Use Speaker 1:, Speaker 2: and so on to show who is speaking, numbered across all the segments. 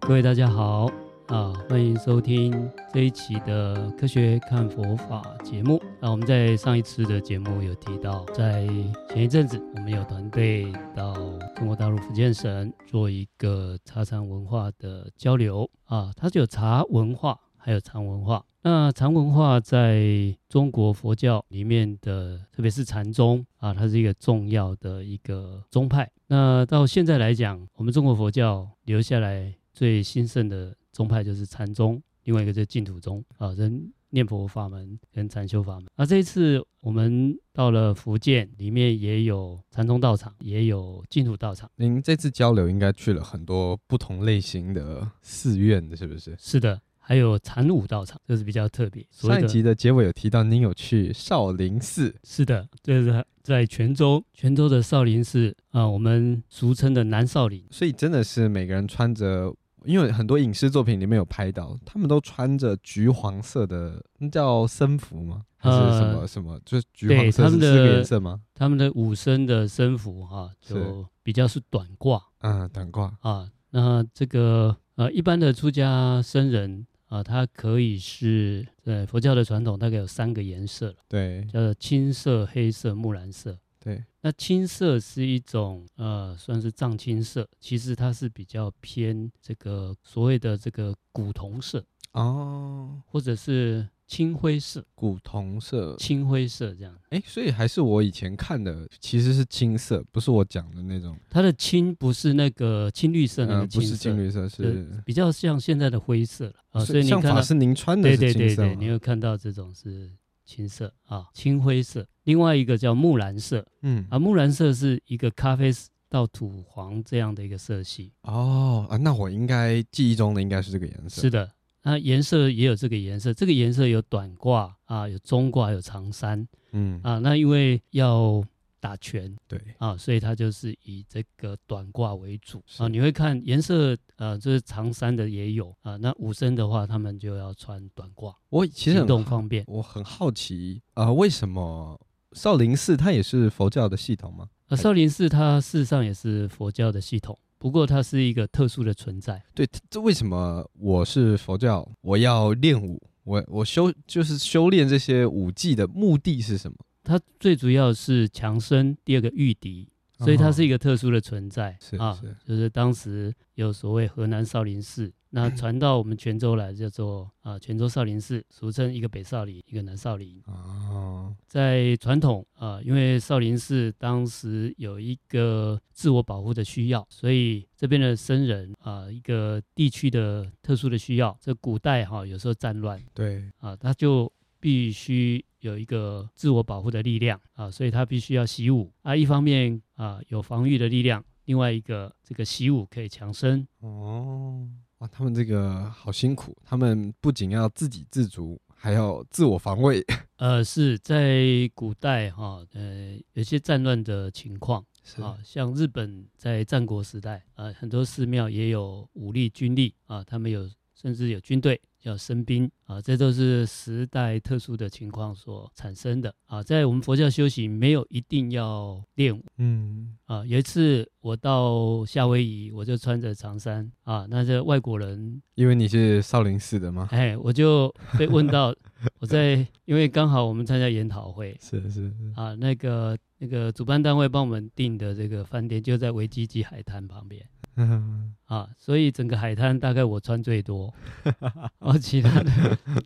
Speaker 1: 各位大家好啊，欢迎收听这一期的《科学看佛法》节目。那、啊、我们在上一次的节目有提到，在前一阵子我们有团队到中国大陆福建省做一个茶禅文化的交流啊，它有茶文化，还有禅文化。那禅文化在中国佛教里面的，特别是禅宗啊，它是一个重要的一个宗派。那到现在来讲，我们中国佛教留下来最兴盛的宗派就是禅宗，另外一个就是净土宗啊，人念佛法门跟禅修法门。那这一次我们到了福建，里面也有禅宗道场，也有净土道场。
Speaker 2: 您这次交流应该去了很多不同类型的寺院的，是不是？
Speaker 1: 是的，还有禅武道场，这是比较特别。所谓
Speaker 2: 上一
Speaker 1: 的
Speaker 2: 集的结尾有提到您有去少林寺，
Speaker 1: 是的，这是在泉州，泉州的少林寺啊、我们俗称的南少林。
Speaker 2: 所以真的是每个人穿着，因为很多影视作品里面有拍到，他们都穿着橘黄色的，那叫僧服吗？还是什么、
Speaker 1: 呃
Speaker 2: 什么？就是橘
Speaker 1: 对
Speaker 2: 黄色
Speaker 1: 他
Speaker 2: 是
Speaker 1: 们的
Speaker 2: 这个颜色吗？
Speaker 1: 他们的武僧的僧服哈、
Speaker 2: 是
Speaker 1: 就比较是短褂
Speaker 2: 嗯，短褂，
Speaker 1: 啊。那这个呃，一般的出家僧人啊，他可以是呃佛教的传统大概有三个颜色，
Speaker 2: 对
Speaker 1: 叫做青色、黑色、木蓝色。
Speaker 2: 对，
Speaker 1: 那青色是一种呃，算是藏青色，其实它是比较偏这个所谓的这个古铜色。
Speaker 2: 哦，
Speaker 1: 或者是青灰色、
Speaker 2: 古铜色，
Speaker 1: 青灰色这样。
Speaker 2: 哎，所以还是我以前看的其实是青色，不是我讲的那种，
Speaker 1: 它的青不是那个青绿色那
Speaker 2: 嗯，
Speaker 1: 个
Speaker 2: 不
Speaker 1: 青
Speaker 2: 是
Speaker 1: 色，
Speaker 2: 青绿色，是
Speaker 1: 比较像现在的灰色了啊。
Speaker 2: 是
Speaker 1: 所以你
Speaker 2: 像
Speaker 1: 看
Speaker 2: 法
Speaker 1: 到，
Speaker 2: 师您穿的
Speaker 1: 对
Speaker 2: 是
Speaker 1: 对
Speaker 2: 青
Speaker 1: 对
Speaker 2: 色
Speaker 1: 对，
Speaker 2: 吗
Speaker 1: 你有看到这种是青色啊，青灰色。另外一个叫木蓝色
Speaker 2: 嗯
Speaker 1: 啊，木蓝色是一个咖啡到土黄这样的一个色系。
Speaker 2: 哦啊，那我应该记忆中的应该是这个颜色。
Speaker 1: 是的，那颜色也有这个颜色，这个颜色有短褂啊，有中褂，有长衫
Speaker 2: 嗯，
Speaker 1: 啊。那因为要打拳，
Speaker 2: 对，
Speaker 1: 啊，所以它就是以这个短褂为主啊。
Speaker 2: 是
Speaker 1: 你会看颜色，呃，就是长衫的也有啊。那武生的话，他们就要穿短褂，
Speaker 2: 我其实
Speaker 1: 行
Speaker 2: 很
Speaker 1: 动
Speaker 2: 好
Speaker 1: 方便。
Speaker 2: 我很好奇啊、呃为什么少林寺它也是佛教的系统吗？
Speaker 1: 呃，少林寺它事实上也是佛教的系统，不过它是一个特殊的存在。
Speaker 2: 对，它这为什么我是佛教，我要练武，我我修就是修炼这些武技的目的是什么？
Speaker 1: 它最主要是强身，第二个御敌，所以它是一
Speaker 2: 个、
Speaker 1: 个特殊的存在、
Speaker 2: 哦是
Speaker 1: 啊
Speaker 2: 是。
Speaker 1: 就是当时有所谓河南少林寺，那传到我们泉州来叫做啊泉州少林寺，俗称一个北少林，一个南少林。
Speaker 2: 哦，
Speaker 1: 在传统啊、呃因为少林寺当时有一个自我保护的需要，所以这边的僧人啊、一个地区的特殊的需要，这古代哈、有时候战乱
Speaker 2: 对，
Speaker 1: 啊、他就必须有一个自我保护的力量啊、所以他必须要习武啊，一方面啊、有防御的力量，另外一个这个习武可以强身，
Speaker 2: 哦，哇，他们这个好辛苦，他们不仅要自给自足，还要自我防卫，
Speaker 1: 呃，是在古代哈、呃，有些战乱的情况。
Speaker 2: 是
Speaker 1: 啊，像日本在战国时代啊，很多寺庙也有武力军力啊，他们有甚至有军队叫僧兵啊，这都是时代特殊的情况所产生的啊。在我们佛教修行，没有一定要练武
Speaker 2: 嗯，
Speaker 1: 啊。有一次我到夏威夷，我就穿着长衫啊，那这外国人
Speaker 2: 因为你是少林寺的吗？
Speaker 1: 哎，我就被问到我在，因为刚好我们参加研讨会，
Speaker 2: 是是是，
Speaker 1: 啊，那个那个主办单位帮我们订的这个饭店就在维基基海滩旁边
Speaker 2: 嗯，
Speaker 1: 啊，所以整个海滩大概我穿最多，然后其他的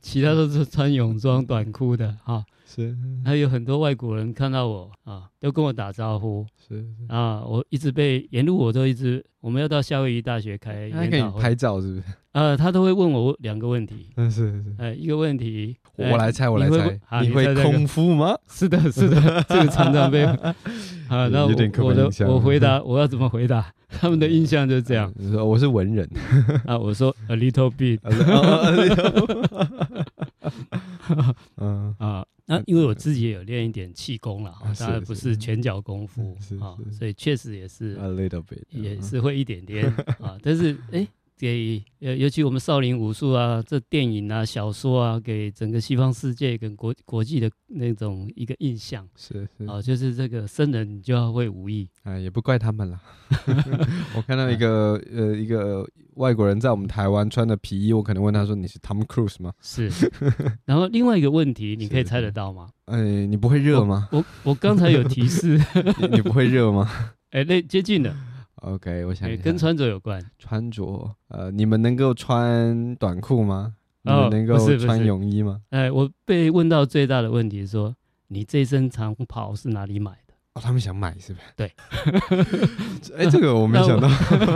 Speaker 1: 其他都是穿泳装短裤的啊，
Speaker 2: 是
Speaker 1: 还有很多外国人看到我啊，都跟我打招呼
Speaker 2: 是是。
Speaker 1: 啊，我一直被沿路我都一直我们要到夏威夷大学开
Speaker 2: 他
Speaker 1: 研
Speaker 2: 给
Speaker 1: 讨
Speaker 2: 你
Speaker 1: 会，
Speaker 2: 拍照是不是？
Speaker 1: 呃，他都会问我两个问题，
Speaker 2: 嗯， 是是。
Speaker 1: 呃，一个问题，
Speaker 2: 我来
Speaker 1: 呃
Speaker 2: 猜，我来
Speaker 1: 你会
Speaker 2: 猜，
Speaker 1: 啊
Speaker 2: 你
Speaker 1: 你猜
Speaker 2: 会
Speaker 1: 这
Speaker 2: 啊
Speaker 1: 个
Speaker 2: 空腹吗？
Speaker 1: 是的，是的，这个常 常被啊，那
Speaker 2: 有
Speaker 1: 我
Speaker 2: 点刻板
Speaker 1: 我的
Speaker 2: 印象
Speaker 1: 我回答我要怎么回答？他们的印象就是这 样
Speaker 2: 你说呃我是文人，呃
Speaker 1: 啊，我说 a little bit
Speaker 2: 嗯，
Speaker 1: 啊，那因为我自己也有练一点气功了
Speaker 2: 啊，
Speaker 1: 当然
Speaker 2: 是
Speaker 1: 不
Speaker 2: 是
Speaker 1: 是拳脚功夫
Speaker 2: 是
Speaker 1: 啊
Speaker 2: 是，呃
Speaker 1: 所以确实也是
Speaker 2: a little bit，嗯
Speaker 1: 也是会一点点啊，但是哎，给呃，尤其我们少林武术啊，这电影啊、小说啊，给整个西方世界跟国国际的那种一个印象
Speaker 2: 是是，
Speaker 1: 啊，就是这个僧人就要会武艺，
Speaker 2: 哎，也不怪他 们啦。我看到一个呃一个外国人在我们台湾穿的皮衣，我可能问他说：“你是 Tom Cruise 吗
Speaker 1: 是。然后另外一个问题，你可以
Speaker 2: 是
Speaker 1: 猜得到吗？？”
Speaker 2: 哎，你不会热吗？
Speaker 1: 我我刚才有提示，
Speaker 2: 你你不会热吗
Speaker 1: 哎，那接近了，
Speaker 2: ？OK，我想
Speaker 1: 哎，
Speaker 2: 一下
Speaker 1: 跟穿着有关。
Speaker 2: 穿着，呃，你们能够穿短裤吗？你
Speaker 1: 哦
Speaker 2: 们能够
Speaker 1: 不是不
Speaker 2: 穿
Speaker 1: 是
Speaker 2: 泳衣吗？
Speaker 1: 哎，我被问到最大的问题是说，你这身长袍是哪里买的？
Speaker 2: 哦，他们想买是吧？
Speaker 1: 对，
Speaker 2: 哎， 这个我没
Speaker 1: 那
Speaker 2: 想到。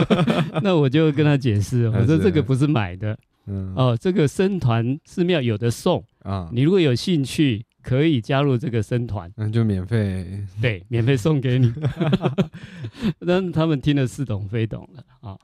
Speaker 1: 那我就跟他解释，哦我说
Speaker 2: 是
Speaker 1: 这个不是买的
Speaker 2: 嗯
Speaker 1: 哦，这个僧团寺庙有的送，
Speaker 2: 啊，
Speaker 1: 你如果有兴趣，可以加入这个僧团，
Speaker 2: 那就 免费。
Speaker 1: 对，免费送给 你。 但他们听得似懂非懂了啊，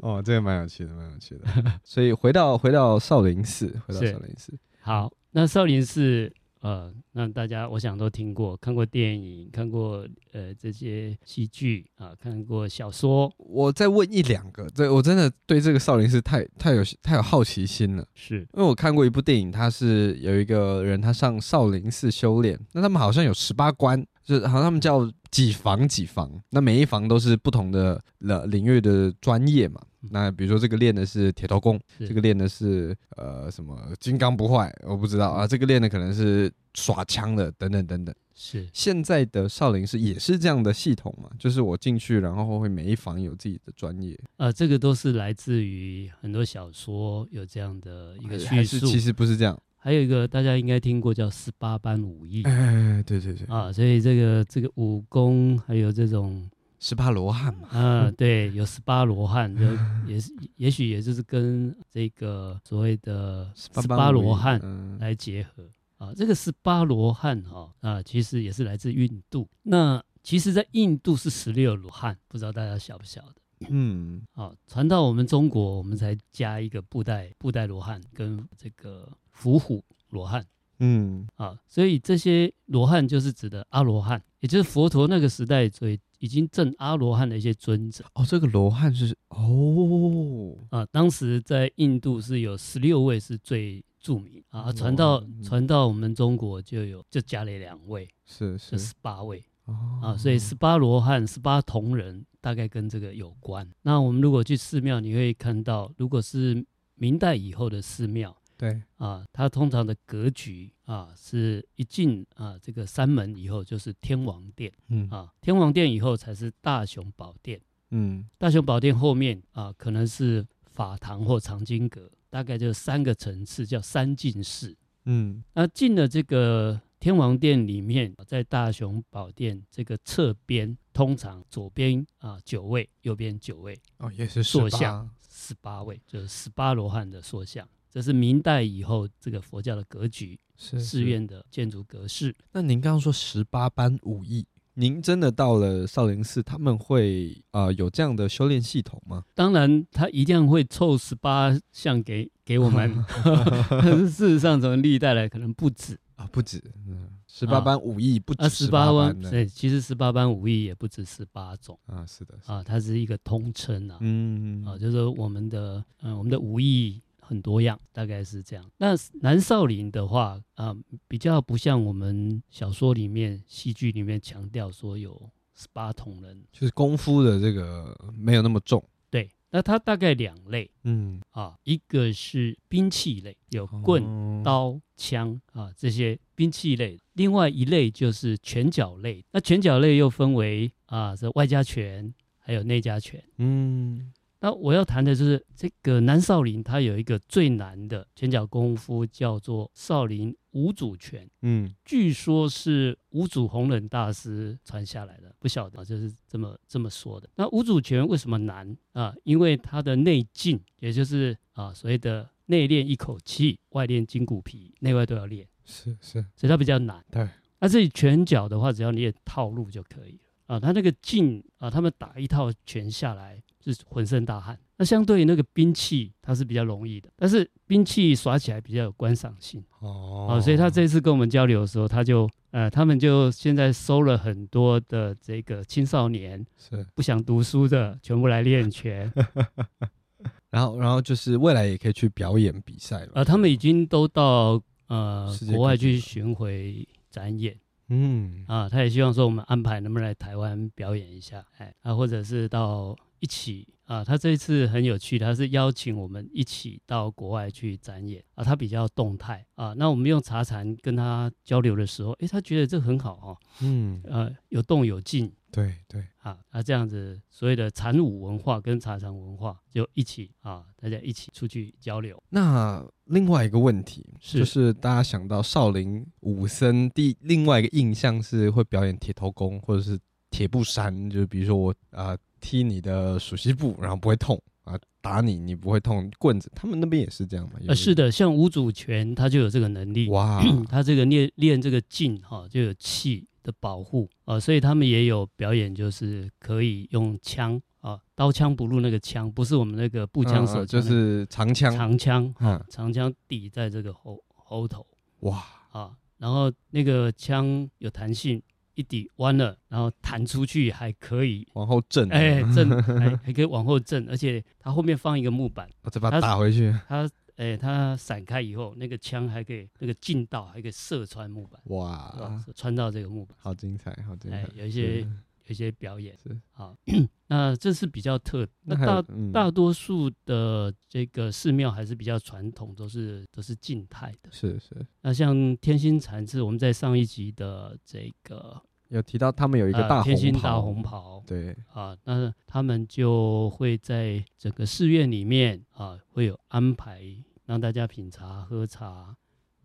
Speaker 2: 哦，这个蛮有趣的，蛮有趣的。所以回到回到少林寺，回到
Speaker 1: 是
Speaker 2: 少林寺，
Speaker 1: 好，那少林寺，呃，那大家我想都听过，看过电影，看过呃这些戏剧啊，看过小说，
Speaker 2: 我再问一两个，这我真的对这个少林寺太太有太有好奇心了。
Speaker 1: 是
Speaker 2: 因为我看过一部电影，它是有一个人他上少林寺修炼，那他们好像有十八关，就是好像他们叫几房几房，那每一房都是不同的呃领域的专业嘛。那比如说这个练的是铁头功，
Speaker 1: 是
Speaker 2: 这个练的是呃什么金刚不坏，我不知道啊，这个练的可能是耍枪的等等等等。
Speaker 1: 是
Speaker 2: 现在的少林寺也是这样的系统嘛，就是我进去，然后会每一房有自己的专业，
Speaker 1: 呃，这个都是来自于很多小说有这样的一个
Speaker 2: 还
Speaker 1: 叙
Speaker 2: 是
Speaker 1: 述，
Speaker 2: 其实不是这样。
Speaker 1: 还有一个大家应该听过叫十八般武艺
Speaker 2: 哎，对对对，
Speaker 1: 啊，所以这个这个武功还有这 种
Speaker 2: 十八罗汉嘛。
Speaker 1: 啊，对，有十八罗汉，就也是也许也就是跟这个所谓的十八
Speaker 2: 般武艺
Speaker 1: 罗汉
Speaker 2: 嗯
Speaker 1: 来结合啊。这个十八罗汉哈啊，其实也是来自印度。那其实，在印度是十六罗汉，不知道大家晓不晓得？
Speaker 2: 嗯，
Speaker 1: 啊，传到我们中国，我们才加一个布袋布袋罗汉跟这个伏虎罗汉
Speaker 2: 嗯，
Speaker 1: 啊，所以这些罗汉就是指的阿罗汉，也就是佛陀那个时代所以已经证阿罗汉的一些尊者
Speaker 2: 哦，这个罗汉是哦，
Speaker 1: 啊。当时在印度是有十六位是最著名啊，啊传到
Speaker 2: 哇嗯
Speaker 1: 传到我们中国就有就加了两位，
Speaker 2: 是
Speaker 1: 就是十八位。
Speaker 2: 哦
Speaker 1: 啊，所以十八罗汉、十八铜人大概跟这个有关。那我们如果去寺庙，你会看到，如果是明代以后的寺庙
Speaker 2: 对，
Speaker 1: 啊，它通常的格局啊，是一进啊这个山门以后就是天王殿
Speaker 2: 嗯
Speaker 1: 啊，天王殿以后才是大雄宝殿，
Speaker 2: 嗯
Speaker 1: 大雄宝殿后面啊可能是法堂或藏经阁，大概就三个层次，叫三进士。
Speaker 2: 嗯
Speaker 1: 那进了这个天王殿里面，在大雄宝殿这个侧边，通常左边啊九位，右边九位，
Speaker 2: 哦，也是
Speaker 1: 塑
Speaker 2: 18
Speaker 1: 像十八位，就是十八罗汉的塑像。这是明代以后这个佛教的格局，
Speaker 2: 是
Speaker 1: 寺。院的建筑格式。
Speaker 2: 是那您刚刚说十八般武艺，您真的到了少林寺，他们会呃有这样的修炼系统吗？
Speaker 1: 当然，他一定会凑十八项给给我 们。但是事实上，从历代来可能不止
Speaker 2: 啊，不止，嗯，十八
Speaker 1: 啊
Speaker 2: 般武艺不
Speaker 1: 啊，
Speaker 2: 止
Speaker 1: 十
Speaker 2: 八
Speaker 1: 八弯
Speaker 2: 般。的
Speaker 1: 对，其实十八般武艺也不止十八种
Speaker 2: 啊，是的，是的
Speaker 1: 啊，它是一个通称啊。
Speaker 2: 嗯
Speaker 1: 啊，就是我们的嗯、我们的武艺很多样，大概是这样。那南少林的话啊、比较不像我们小说里面、戏剧里面强调说有十八铜人，
Speaker 2: 就是功夫的这个没有那么重，
Speaker 1: 对，那它大概两类
Speaker 2: 嗯，
Speaker 1: 啊，一个是兵器类，有棍、
Speaker 2: 哦，
Speaker 1: 刀、枪啊这些兵器类；另外一类就是拳脚类。那拳脚类又分为啊，这外家拳还有内家拳。
Speaker 2: 嗯，
Speaker 1: 那我要谈的就是这个南少林，它有一个最难的拳脚功夫，叫做少林五祖拳，
Speaker 2: 嗯，
Speaker 1: 据说是五祖弘忍大师传下来的，不晓得啊就是这么这么说的。那五祖拳为什么难啊？因为它的内劲，也就是啊所谓的内练一口气，外练筋骨皮，内外都要练，
Speaker 2: 是是，
Speaker 1: 所以它比较难。
Speaker 2: 对，
Speaker 1: 那这里拳脚的话，只要你也套路就可以了啊。他那个劲啊，他们打一套拳下来是浑身大汗。那相对于那个兵器，它是比较容易的，但是兵器耍起来比较有观赏性
Speaker 2: 哦
Speaker 1: 啊。所以他这次跟我们交流的时候，他就呃，他们就现在收了很多的这个青少年
Speaker 2: 是
Speaker 1: 不想读书的，全部来练拳。
Speaker 2: 然后然后就是未来也可以去表演比赛嘛。
Speaker 1: 呃，他们已经都到呃
Speaker 2: 世界各地
Speaker 1: 国外
Speaker 2: 了
Speaker 1: 去巡回展演
Speaker 2: 嗯，
Speaker 1: 啊，他也希望说我们安排能不能来台湾表演一下，哎啊，或者是到一起啊。他这一次很有趣，他是邀请我们一起到国外去展演啊，他比较动态啊。那我们用茶禅跟他交流的时候，诶，他觉得这很好哦，
Speaker 2: 嗯，
Speaker 1: 呃，有动有静，
Speaker 2: 对对，
Speaker 1: 啊，那这样子所谓的禅舞文化跟茶禅文化就一起啊，大家一起出去交流。
Speaker 2: 那另外一个问题
Speaker 1: 是
Speaker 2: 就是大家想到少林武僧，第另外一个印象是会表演铁头功或者是铁布衫，就是比如说我啊、呃踢你的熟悉部，然后不会痛啊、打你你不会痛，棍子他们那边也是这样吗？有
Speaker 1: 呃，是，的，像吴祖权他就有这个能力，
Speaker 2: 哇，
Speaker 1: 他这个练练这个劲哈、就有气的保护啊、所以他们也有表演，就是可以用枪啊、刀枪不入那个枪，不是我们那个 步枪手
Speaker 2: 嗯嗯就
Speaker 1: 枪那个
Speaker 2: 是长枪，
Speaker 1: 长枪，
Speaker 2: 嗯，
Speaker 1: 长枪抵在这个喉喉头
Speaker 2: 哇，
Speaker 1: 啊，然后那个枪有弹性，一抵弯了，然后弹出去还可以
Speaker 2: 往后震，啊
Speaker 1: 哎，震 还还可以往后震，而且它后面放一个木板，
Speaker 2: 我再把
Speaker 1: 他
Speaker 2: 它打回去，
Speaker 1: 它哎它散开以后，那个枪还可以那个劲道还可以射穿木板，
Speaker 2: 哇，
Speaker 1: 啊，穿到这个木板。
Speaker 2: 好精彩，好精彩
Speaker 1: 哎，，有一些
Speaker 2: 是
Speaker 1: 有一些表演
Speaker 2: 啊是
Speaker 1: 好， 那这是比较特，那
Speaker 2: 还有
Speaker 1: 大
Speaker 2: 嗯
Speaker 1: 大多数的这个寺庙还是比较传统，都是都是静态的。
Speaker 2: 是是
Speaker 1: 那像天心禅寺，我们在上一集的这个
Speaker 2: 有提到他们有一个
Speaker 1: 呃
Speaker 2: 大
Speaker 1: 天心
Speaker 2: 红
Speaker 1: 大
Speaker 2: 袍，
Speaker 1: 红袍，
Speaker 2: 对，
Speaker 1: 啊，那他们就会在整个寺院里面啊，会有安排让大家品茶、喝茶，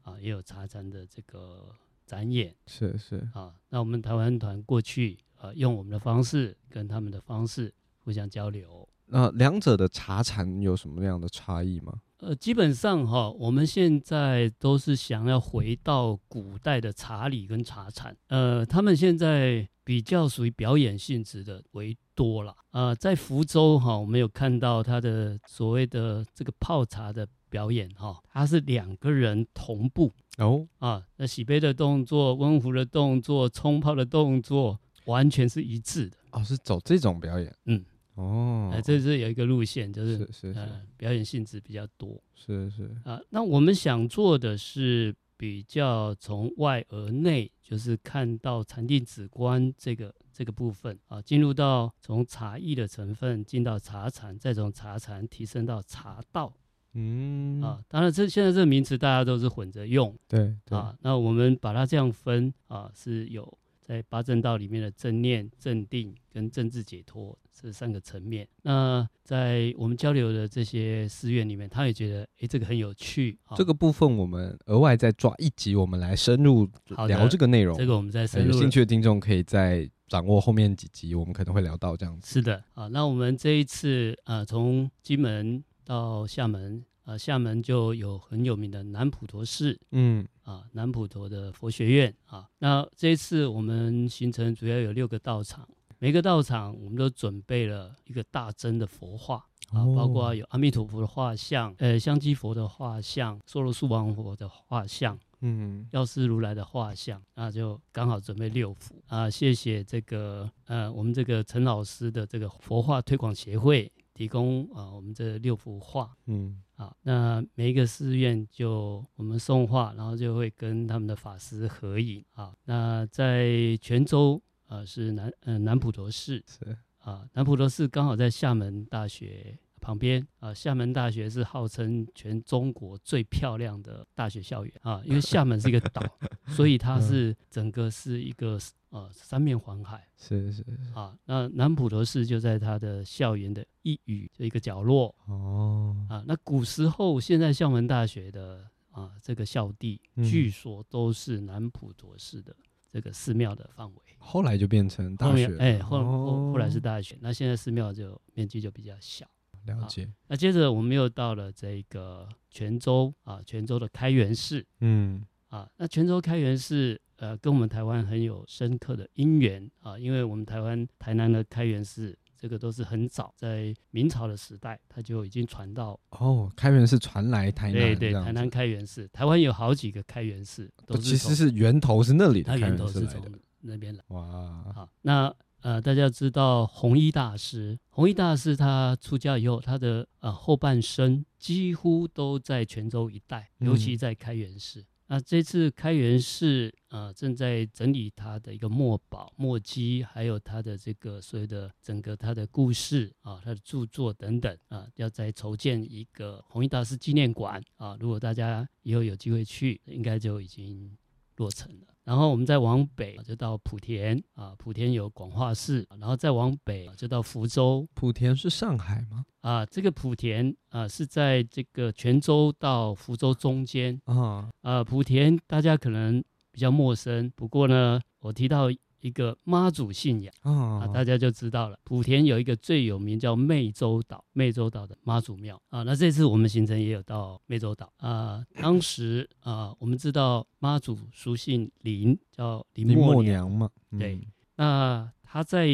Speaker 1: 啊，也有茶禅的这个展演
Speaker 2: 是是，
Speaker 1: 啊。那我们台湾团过去啊，用我们的方式跟他们的方式互相交流。
Speaker 2: 呃，两者的茶禅有什么样的差异吗？
Speaker 1: 呃，基本上哈、我们现在都是想要回到古代的茶礼跟茶禅。呃，他们现在比较属于表演性质的为多了。呃，在福州哈、我们有看到他的所谓的这个泡茶的表演哈、它是两个人同步
Speaker 2: 哦，
Speaker 1: 啊，那洗杯的动作、温壶的动作、冲泡的动作完全是一致的。
Speaker 2: 哦，是走这种表演，
Speaker 1: 嗯，
Speaker 2: 哦，
Speaker 1: 呃，这是有一个路线，就是是
Speaker 2: 是
Speaker 1: 呃表演性质比较多。
Speaker 2: 是是是，
Speaker 1: 啊，那我们想做的是比较从外而内，就是看到禅定止观这个这个部分啊，进入到从茶艺的成分进到茶禅，再从茶禅提升到茶道
Speaker 2: 嗯，
Speaker 1: 啊。当然这，现在这个名词大家都是混着用
Speaker 2: 对对，
Speaker 1: 啊。那我们把它这样分啊，是有在八正道里面的正念、正定跟政治解脱这三个层面。那在我们交流的这些寺院里面，他也觉得诶，这个很有趣啊。
Speaker 2: 这个部分我们额外再抓一集，我们来深入
Speaker 1: 好的
Speaker 2: 聊这个内容。
Speaker 1: 这个我们再
Speaker 2: 呃
Speaker 1: 深
Speaker 2: 有
Speaker 1: 入
Speaker 2: 兴
Speaker 1: 了。
Speaker 2: 趣的听众可以再掌握后面几集，我们可能会聊到这样子。
Speaker 1: 是的，啊，那我们这一次呃，从金门到厦门，呃，厦门就有很有名的南普陀寺
Speaker 2: 嗯，
Speaker 1: 啊，南普陀的佛学院啊。那这一次我们行程主要有六个道场，每个道场我们都准备了一个大真的佛画。啊，
Speaker 2: 哦
Speaker 1: 包括有阿弥陀佛的画像，呃，香积佛的画像，娑罗树王佛的画像，
Speaker 2: 嗯，
Speaker 1: 药师如来的画像，那就刚好准备六幅啊。谢谢这个呃，我们这个陈老师的这个佛画推广协会提供啊、我们这六幅画
Speaker 2: 嗯，
Speaker 1: 啊。那每一个寺院就我们送画，然后就会跟他们的法师合影啊。那在泉州啊、是南呃南普陀寺
Speaker 2: 是
Speaker 1: 啊，南普陀寺刚好在厦门大学。旁边啊，厦门大学是号称全中国最漂亮的大学校园啊，因为厦门是一个岛，所以它是整个是一个呃三面环海
Speaker 2: 是是，
Speaker 1: 啊。那南普陀寺就在它的校园的一隅，就一个角落
Speaker 2: 哦，
Speaker 1: 啊。那古时候，现在厦门大学的啊这个校地，
Speaker 2: 嗯
Speaker 1: 据说都是南普陀寺的这个寺庙的范围。
Speaker 2: 后来就变成
Speaker 1: 后
Speaker 2: 大学
Speaker 1: 面
Speaker 2: 了，
Speaker 1: 哎，后后后来是
Speaker 2: 哦
Speaker 1: 大学，那现在寺庙就面积就比较小。
Speaker 2: 了
Speaker 1: 啊
Speaker 2: 解，
Speaker 1: 那接着我们又到了这个泉州啊，泉州的开元寺
Speaker 2: 嗯，
Speaker 1: 啊，那泉州开元寺呃，跟我们台湾很有深刻的因缘啊，因为我们台湾台南的开元寺，这个都是很早在明朝的时代，它就已经传到
Speaker 2: 哦，开源是传来台南，
Speaker 1: 对对，
Speaker 2: 这样
Speaker 1: 台
Speaker 2: 子呃
Speaker 1: 南开元寺，台湾有好几个开元寺，都
Speaker 2: 其
Speaker 1: 是
Speaker 2: 实
Speaker 1: 从
Speaker 2: 是源头是那里
Speaker 1: 它
Speaker 2: 的开
Speaker 1: 源
Speaker 2: 源
Speaker 1: 头
Speaker 2: 寺
Speaker 1: 是
Speaker 2: 来
Speaker 1: 从
Speaker 2: 的。
Speaker 1: 那边来
Speaker 2: 哇，
Speaker 1: 啊。那呃，大家知道弘一大师，弘一大师他出家以后，他的呃后半生几乎都在泉州一带，尤其
Speaker 2: 嗯
Speaker 1: 在开元寺。那这次开元寺呃正在整理他的一个墨宝、墨迹，还有他的这个所谓的整个他的故事啊、他的著作等等啊、要再筹建一个弘一大师纪念馆啊、如果大家以后有机会去，应该就已经落成了。然后我们再往北就到莆田啊，莆田有广化寺，然后再往北就到福州
Speaker 2: 莆田是上海吗？
Speaker 1: 啊。这个莆田啊是在这个泉州到福州中间
Speaker 2: 啊，
Speaker 1: 啊。莆田大家可能比较陌生，不过呢，我提到一个妈祖信仰啊，
Speaker 2: 啊
Speaker 1: 大家就知道了。莆田有一个最有名叫湄洲岛，湄洲岛的妈祖庙啊。那这次我们行程也有到湄洲岛啊。当时啊，我们知道妈祖俗姓林，叫林
Speaker 2: 林默
Speaker 1: 默
Speaker 2: 娘嘛，嗯
Speaker 1: 对，那他在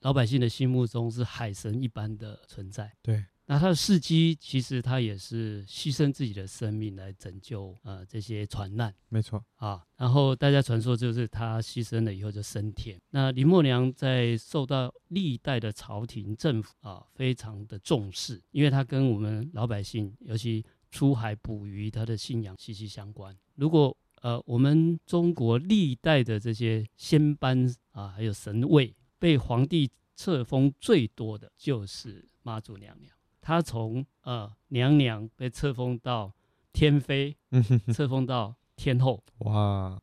Speaker 1: 老百姓的心目中是海神一般的存在。
Speaker 2: 对，
Speaker 1: 那他的事迹其实他也是牺牲自己的生命来拯救呃这些船难。
Speaker 2: 没错，
Speaker 1: 啊，然后大家传说就是他牺牲了以后就升天。那林默娘在受到历代的朝廷政府啊非常的重视，因为她跟我们老百姓，尤其出海捕鱼，她的信仰息息相关。如果呃我们中国历代的这些仙班啊，还有神位被皇帝册封最多的就是妈祖娘娘，她从呃娘娘被册封到天妃，
Speaker 2: 嗯哼哼，
Speaker 1: 册封到天后。
Speaker 2: 哇，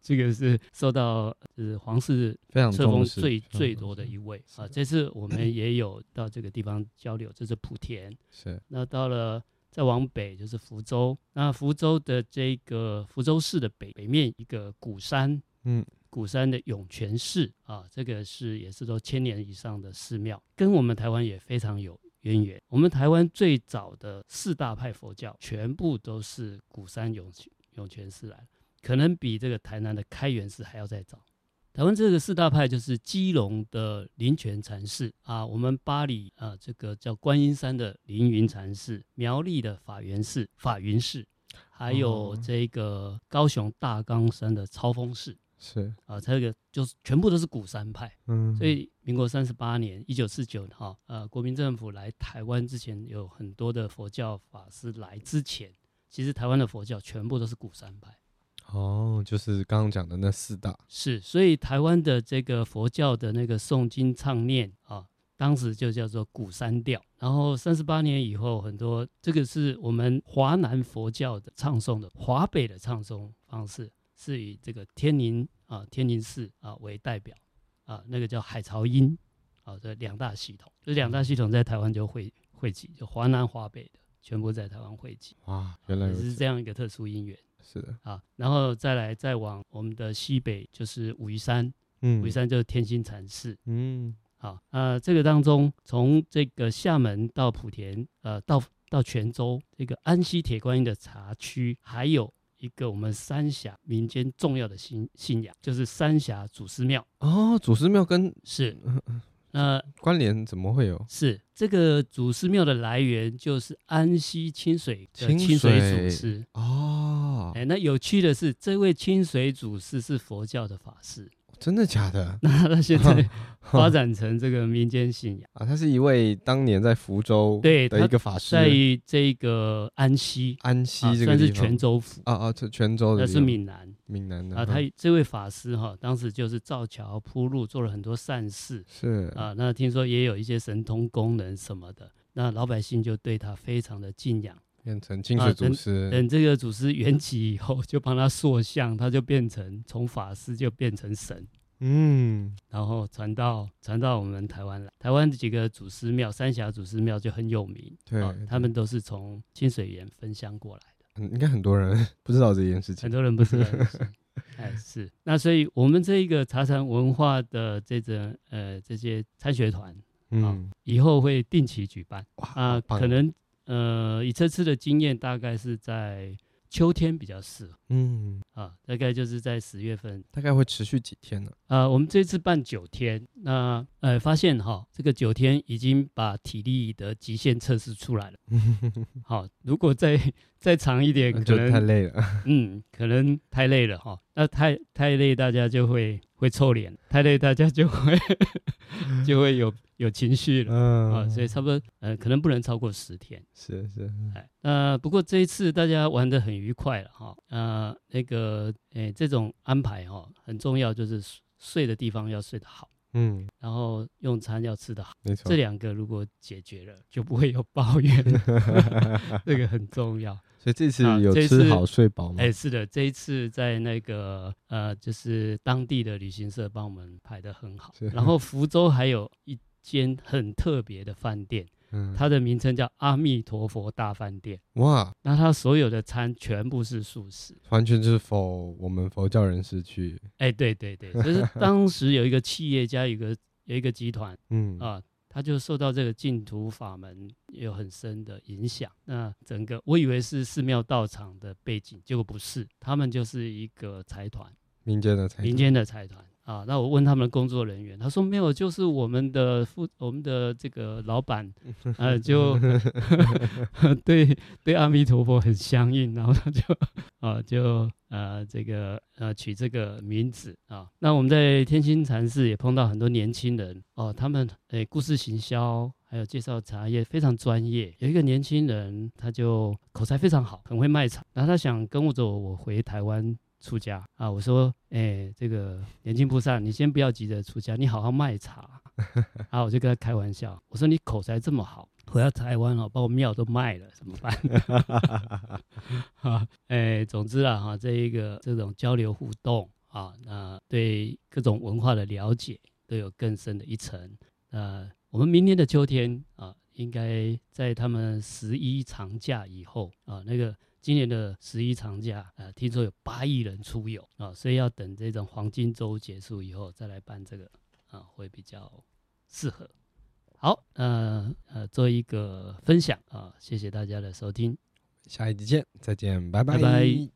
Speaker 1: 这个是受到就是皇室
Speaker 2: 非常
Speaker 1: 册封
Speaker 2: 重视，
Speaker 1: 最
Speaker 2: 非常
Speaker 1: 最
Speaker 2: 重
Speaker 1: 多的
Speaker 2: 视
Speaker 1: 一位
Speaker 2: 是
Speaker 1: 啊。
Speaker 2: 的
Speaker 1: 这次我们也有到这个地方交流，这是莆田。
Speaker 2: 是
Speaker 1: 那到了再往北就是福州，那福州的这个福州市的北北面一个鼓山，
Speaker 2: 嗯，
Speaker 1: 鼓山的涌泉寺啊，这个是也是都千年以上的寺庙，跟我们台湾也非常有。渊源，我们台湾最早的四大派佛教全部都是鼓山涌泉涌泉寺来的，可能比这个台南的开元寺还要再早。台湾这个四大派就是基隆的灵泉禅寺啊，我们巴黎啊这个叫观音山的凌云禅寺，苗栗的法源寺法云寺，还有
Speaker 2: 哦
Speaker 1: 这个高雄大冈山的超峰寺
Speaker 2: 是，
Speaker 1: 啊，这个就是全部都是古山派。
Speaker 2: 嗯，
Speaker 1: 所以，民国三十八年（一九四九）哈，呃，国民政府来台湾之前，有很多的佛教法师来之前，其实台湾的佛教全部都是古山派。
Speaker 2: 哦，就是刚刚讲的那四大，
Speaker 1: 是，所以台湾的这个佛教的那个诵经唱念啊，当时就叫做古三调。然后三十八年以后，很多这个是我们华南佛教的唱诵的，华北的唱诵方式是以这个天宁啊、天宁寺啊为代表啊，那个叫海潮音啊，这两大系统，这两大系统在台湾就汇汇集，就华南、华北的全部在台湾汇集，
Speaker 2: 哇，原来
Speaker 1: 也
Speaker 2: 如
Speaker 1: 是
Speaker 2: 此，
Speaker 1: 这样一个特殊因缘。
Speaker 2: 是的，
Speaker 1: 啊，然后再来再往我们的西北就是武夷山，
Speaker 2: 嗯
Speaker 1: 武夷，山就是天心禅寺。
Speaker 2: 嗯，
Speaker 1: 好，呃，这个当中从这个厦门到莆田，呃，到到泉州这个安溪铁观音的茶区，还有一个我们三峡民间重要的信信仰，就是三峡祖师庙。
Speaker 2: 哦，祖师庙跟
Speaker 1: 是，
Speaker 2: 嗯
Speaker 1: 那、
Speaker 2: 关联怎么会有？
Speaker 1: 是这个祖师庙的来源就是安溪清水的
Speaker 2: 清
Speaker 1: 清水
Speaker 2: 水
Speaker 1: 祖师。
Speaker 2: 哦，
Speaker 1: 哎，那有趣的是，这位清水祖师是佛教的法师。
Speaker 2: 真的假的？
Speaker 1: 那他现在发展成这个民间信仰，
Speaker 2: 啊，他是一位当年在福州
Speaker 1: 对
Speaker 2: 的
Speaker 1: 他
Speaker 2: 一个法师，
Speaker 1: 在这个安溪，
Speaker 2: 安溪
Speaker 1: 啊
Speaker 2: 啊这个
Speaker 1: 算
Speaker 2: 地
Speaker 1: 是
Speaker 2: 方
Speaker 1: 泉州府，
Speaker 2: 啊啊，这泉州的
Speaker 1: 那
Speaker 2: 地
Speaker 1: 是
Speaker 2: 方
Speaker 1: 闽南
Speaker 2: 闽南的
Speaker 1: 啊。他
Speaker 2: 嗯
Speaker 1: 这位法师哈，当时就是造桥铺路，做了很多善事
Speaker 2: 是
Speaker 1: 啊。那听说也有一些神通功能什么的，那老百姓就对他非常的敬仰。
Speaker 2: 变成清
Speaker 1: 啊
Speaker 2: 水祖
Speaker 1: 等
Speaker 2: 师，
Speaker 1: 等这个祖师圆寂以后，就帮他塑像，他就变成从法师就变成神。
Speaker 2: 嗯，
Speaker 1: 然后传到传到我们台湾来，台湾几个祖师庙，三峡祖师庙就很有名，
Speaker 2: 对
Speaker 1: 啊
Speaker 2: 对
Speaker 1: 他们都是从清水岩分香过来的，
Speaker 2: 嗯应该很多人 不知道这件事
Speaker 1: 很
Speaker 2: 情，
Speaker 1: 多人不知道这些。 哎，是那所以我们这一个茶禅文化的这种呃这些参学团
Speaker 2: 嗯，
Speaker 1: 以后会定期举办
Speaker 2: 哇，
Speaker 1: 啊、
Speaker 2: 好棒哦
Speaker 1: 可能呃以这次的经验大概是在秋天比较适合
Speaker 2: 嗯，
Speaker 1: 啊，大概就是在十月份
Speaker 2: 大概会持续几天呢、
Speaker 1: 啊。我们这次办九天，那呃发现哈，这个九天已经把体力的极限测试出 来了。好，如果再再长一点，
Speaker 2: 那
Speaker 1: 可
Speaker 2: 就太
Speaker 1: 能
Speaker 2: 累了。
Speaker 1: 嗯，可能太累了哈。那太太累，大家就会会臭脸；太累，大家就会 就会有有情绪了
Speaker 2: 嗯
Speaker 1: 啊。所以差不多呃，可能不能超过十天。
Speaker 2: 是是，
Speaker 1: 哎，呃，不过这一次大家玩的很愉快了哈。呃，那个，哎，这种安排哈、很重要，就是睡睡的地方要睡得好，
Speaker 2: 嗯，
Speaker 1: 然后用餐要吃得好。
Speaker 2: 没错
Speaker 1: 这。两个如果解决了，就不会有抱怨， 这个很重要。
Speaker 2: 所以这次
Speaker 1: 啊
Speaker 2: 有
Speaker 1: 这
Speaker 2: 吃
Speaker 1: 次
Speaker 2: 好睡饱吗？
Speaker 1: 哎，是的，这一次在那个呃，就是当地的旅行社帮我们排得很好
Speaker 2: 是。
Speaker 1: 然后福州还有一间很特别的饭店，
Speaker 2: 嗯，
Speaker 1: 它的名称叫阿弥陀佛大饭店。
Speaker 2: 哇，
Speaker 1: 那它所有的餐全部是素食。
Speaker 2: 完全就是否我们佛教人士去，
Speaker 1: 哎，对对对， 就是当时有一个企业家，有一个有一个集团
Speaker 2: 嗯
Speaker 1: 啊，他就受到这个净土法门有很深的影响。那整个我以为是寺庙道场的背景，结果不是，他们就是一个财团。
Speaker 2: 民间的才
Speaker 1: 民间的财团啊。那我问他们的工作人员，他说没有，就是我们的副我们的这个老 板，呃，就 对对阿弥陀佛很相应，然后他就 啊就呃这个呃取这个名字啊。那我们在天心禅寺也碰到很多年轻人哦，他们诶故事行销。还有介绍茶叶非常专业，有一个年轻人，他就口才非常好，很会卖茶。然后他想跟我走，我回台湾出家啊。我说，哎、这个年轻菩萨，你先不要急着出家，你好好卖茶。啊，我就跟他开玩笑，我说你口才这么好，回到台湾哦，把我庙都卖了，怎么办？ 啊，哎、总之啊，哈，这一个这种交流互动啊，那对各种文化的了解都有更深的一层。呃，我们明年的秋天啊，应该在他们十一长假以后啊，那个今年的十一长假，呃，听说有八亿人出游啊，所以要等这种黄金周结束以后再来办这个啊，会比较适合。好，呃呃，做一个分享啊，谢谢大家的收听。
Speaker 2: 下一集见，再见，拜
Speaker 1: 拜拜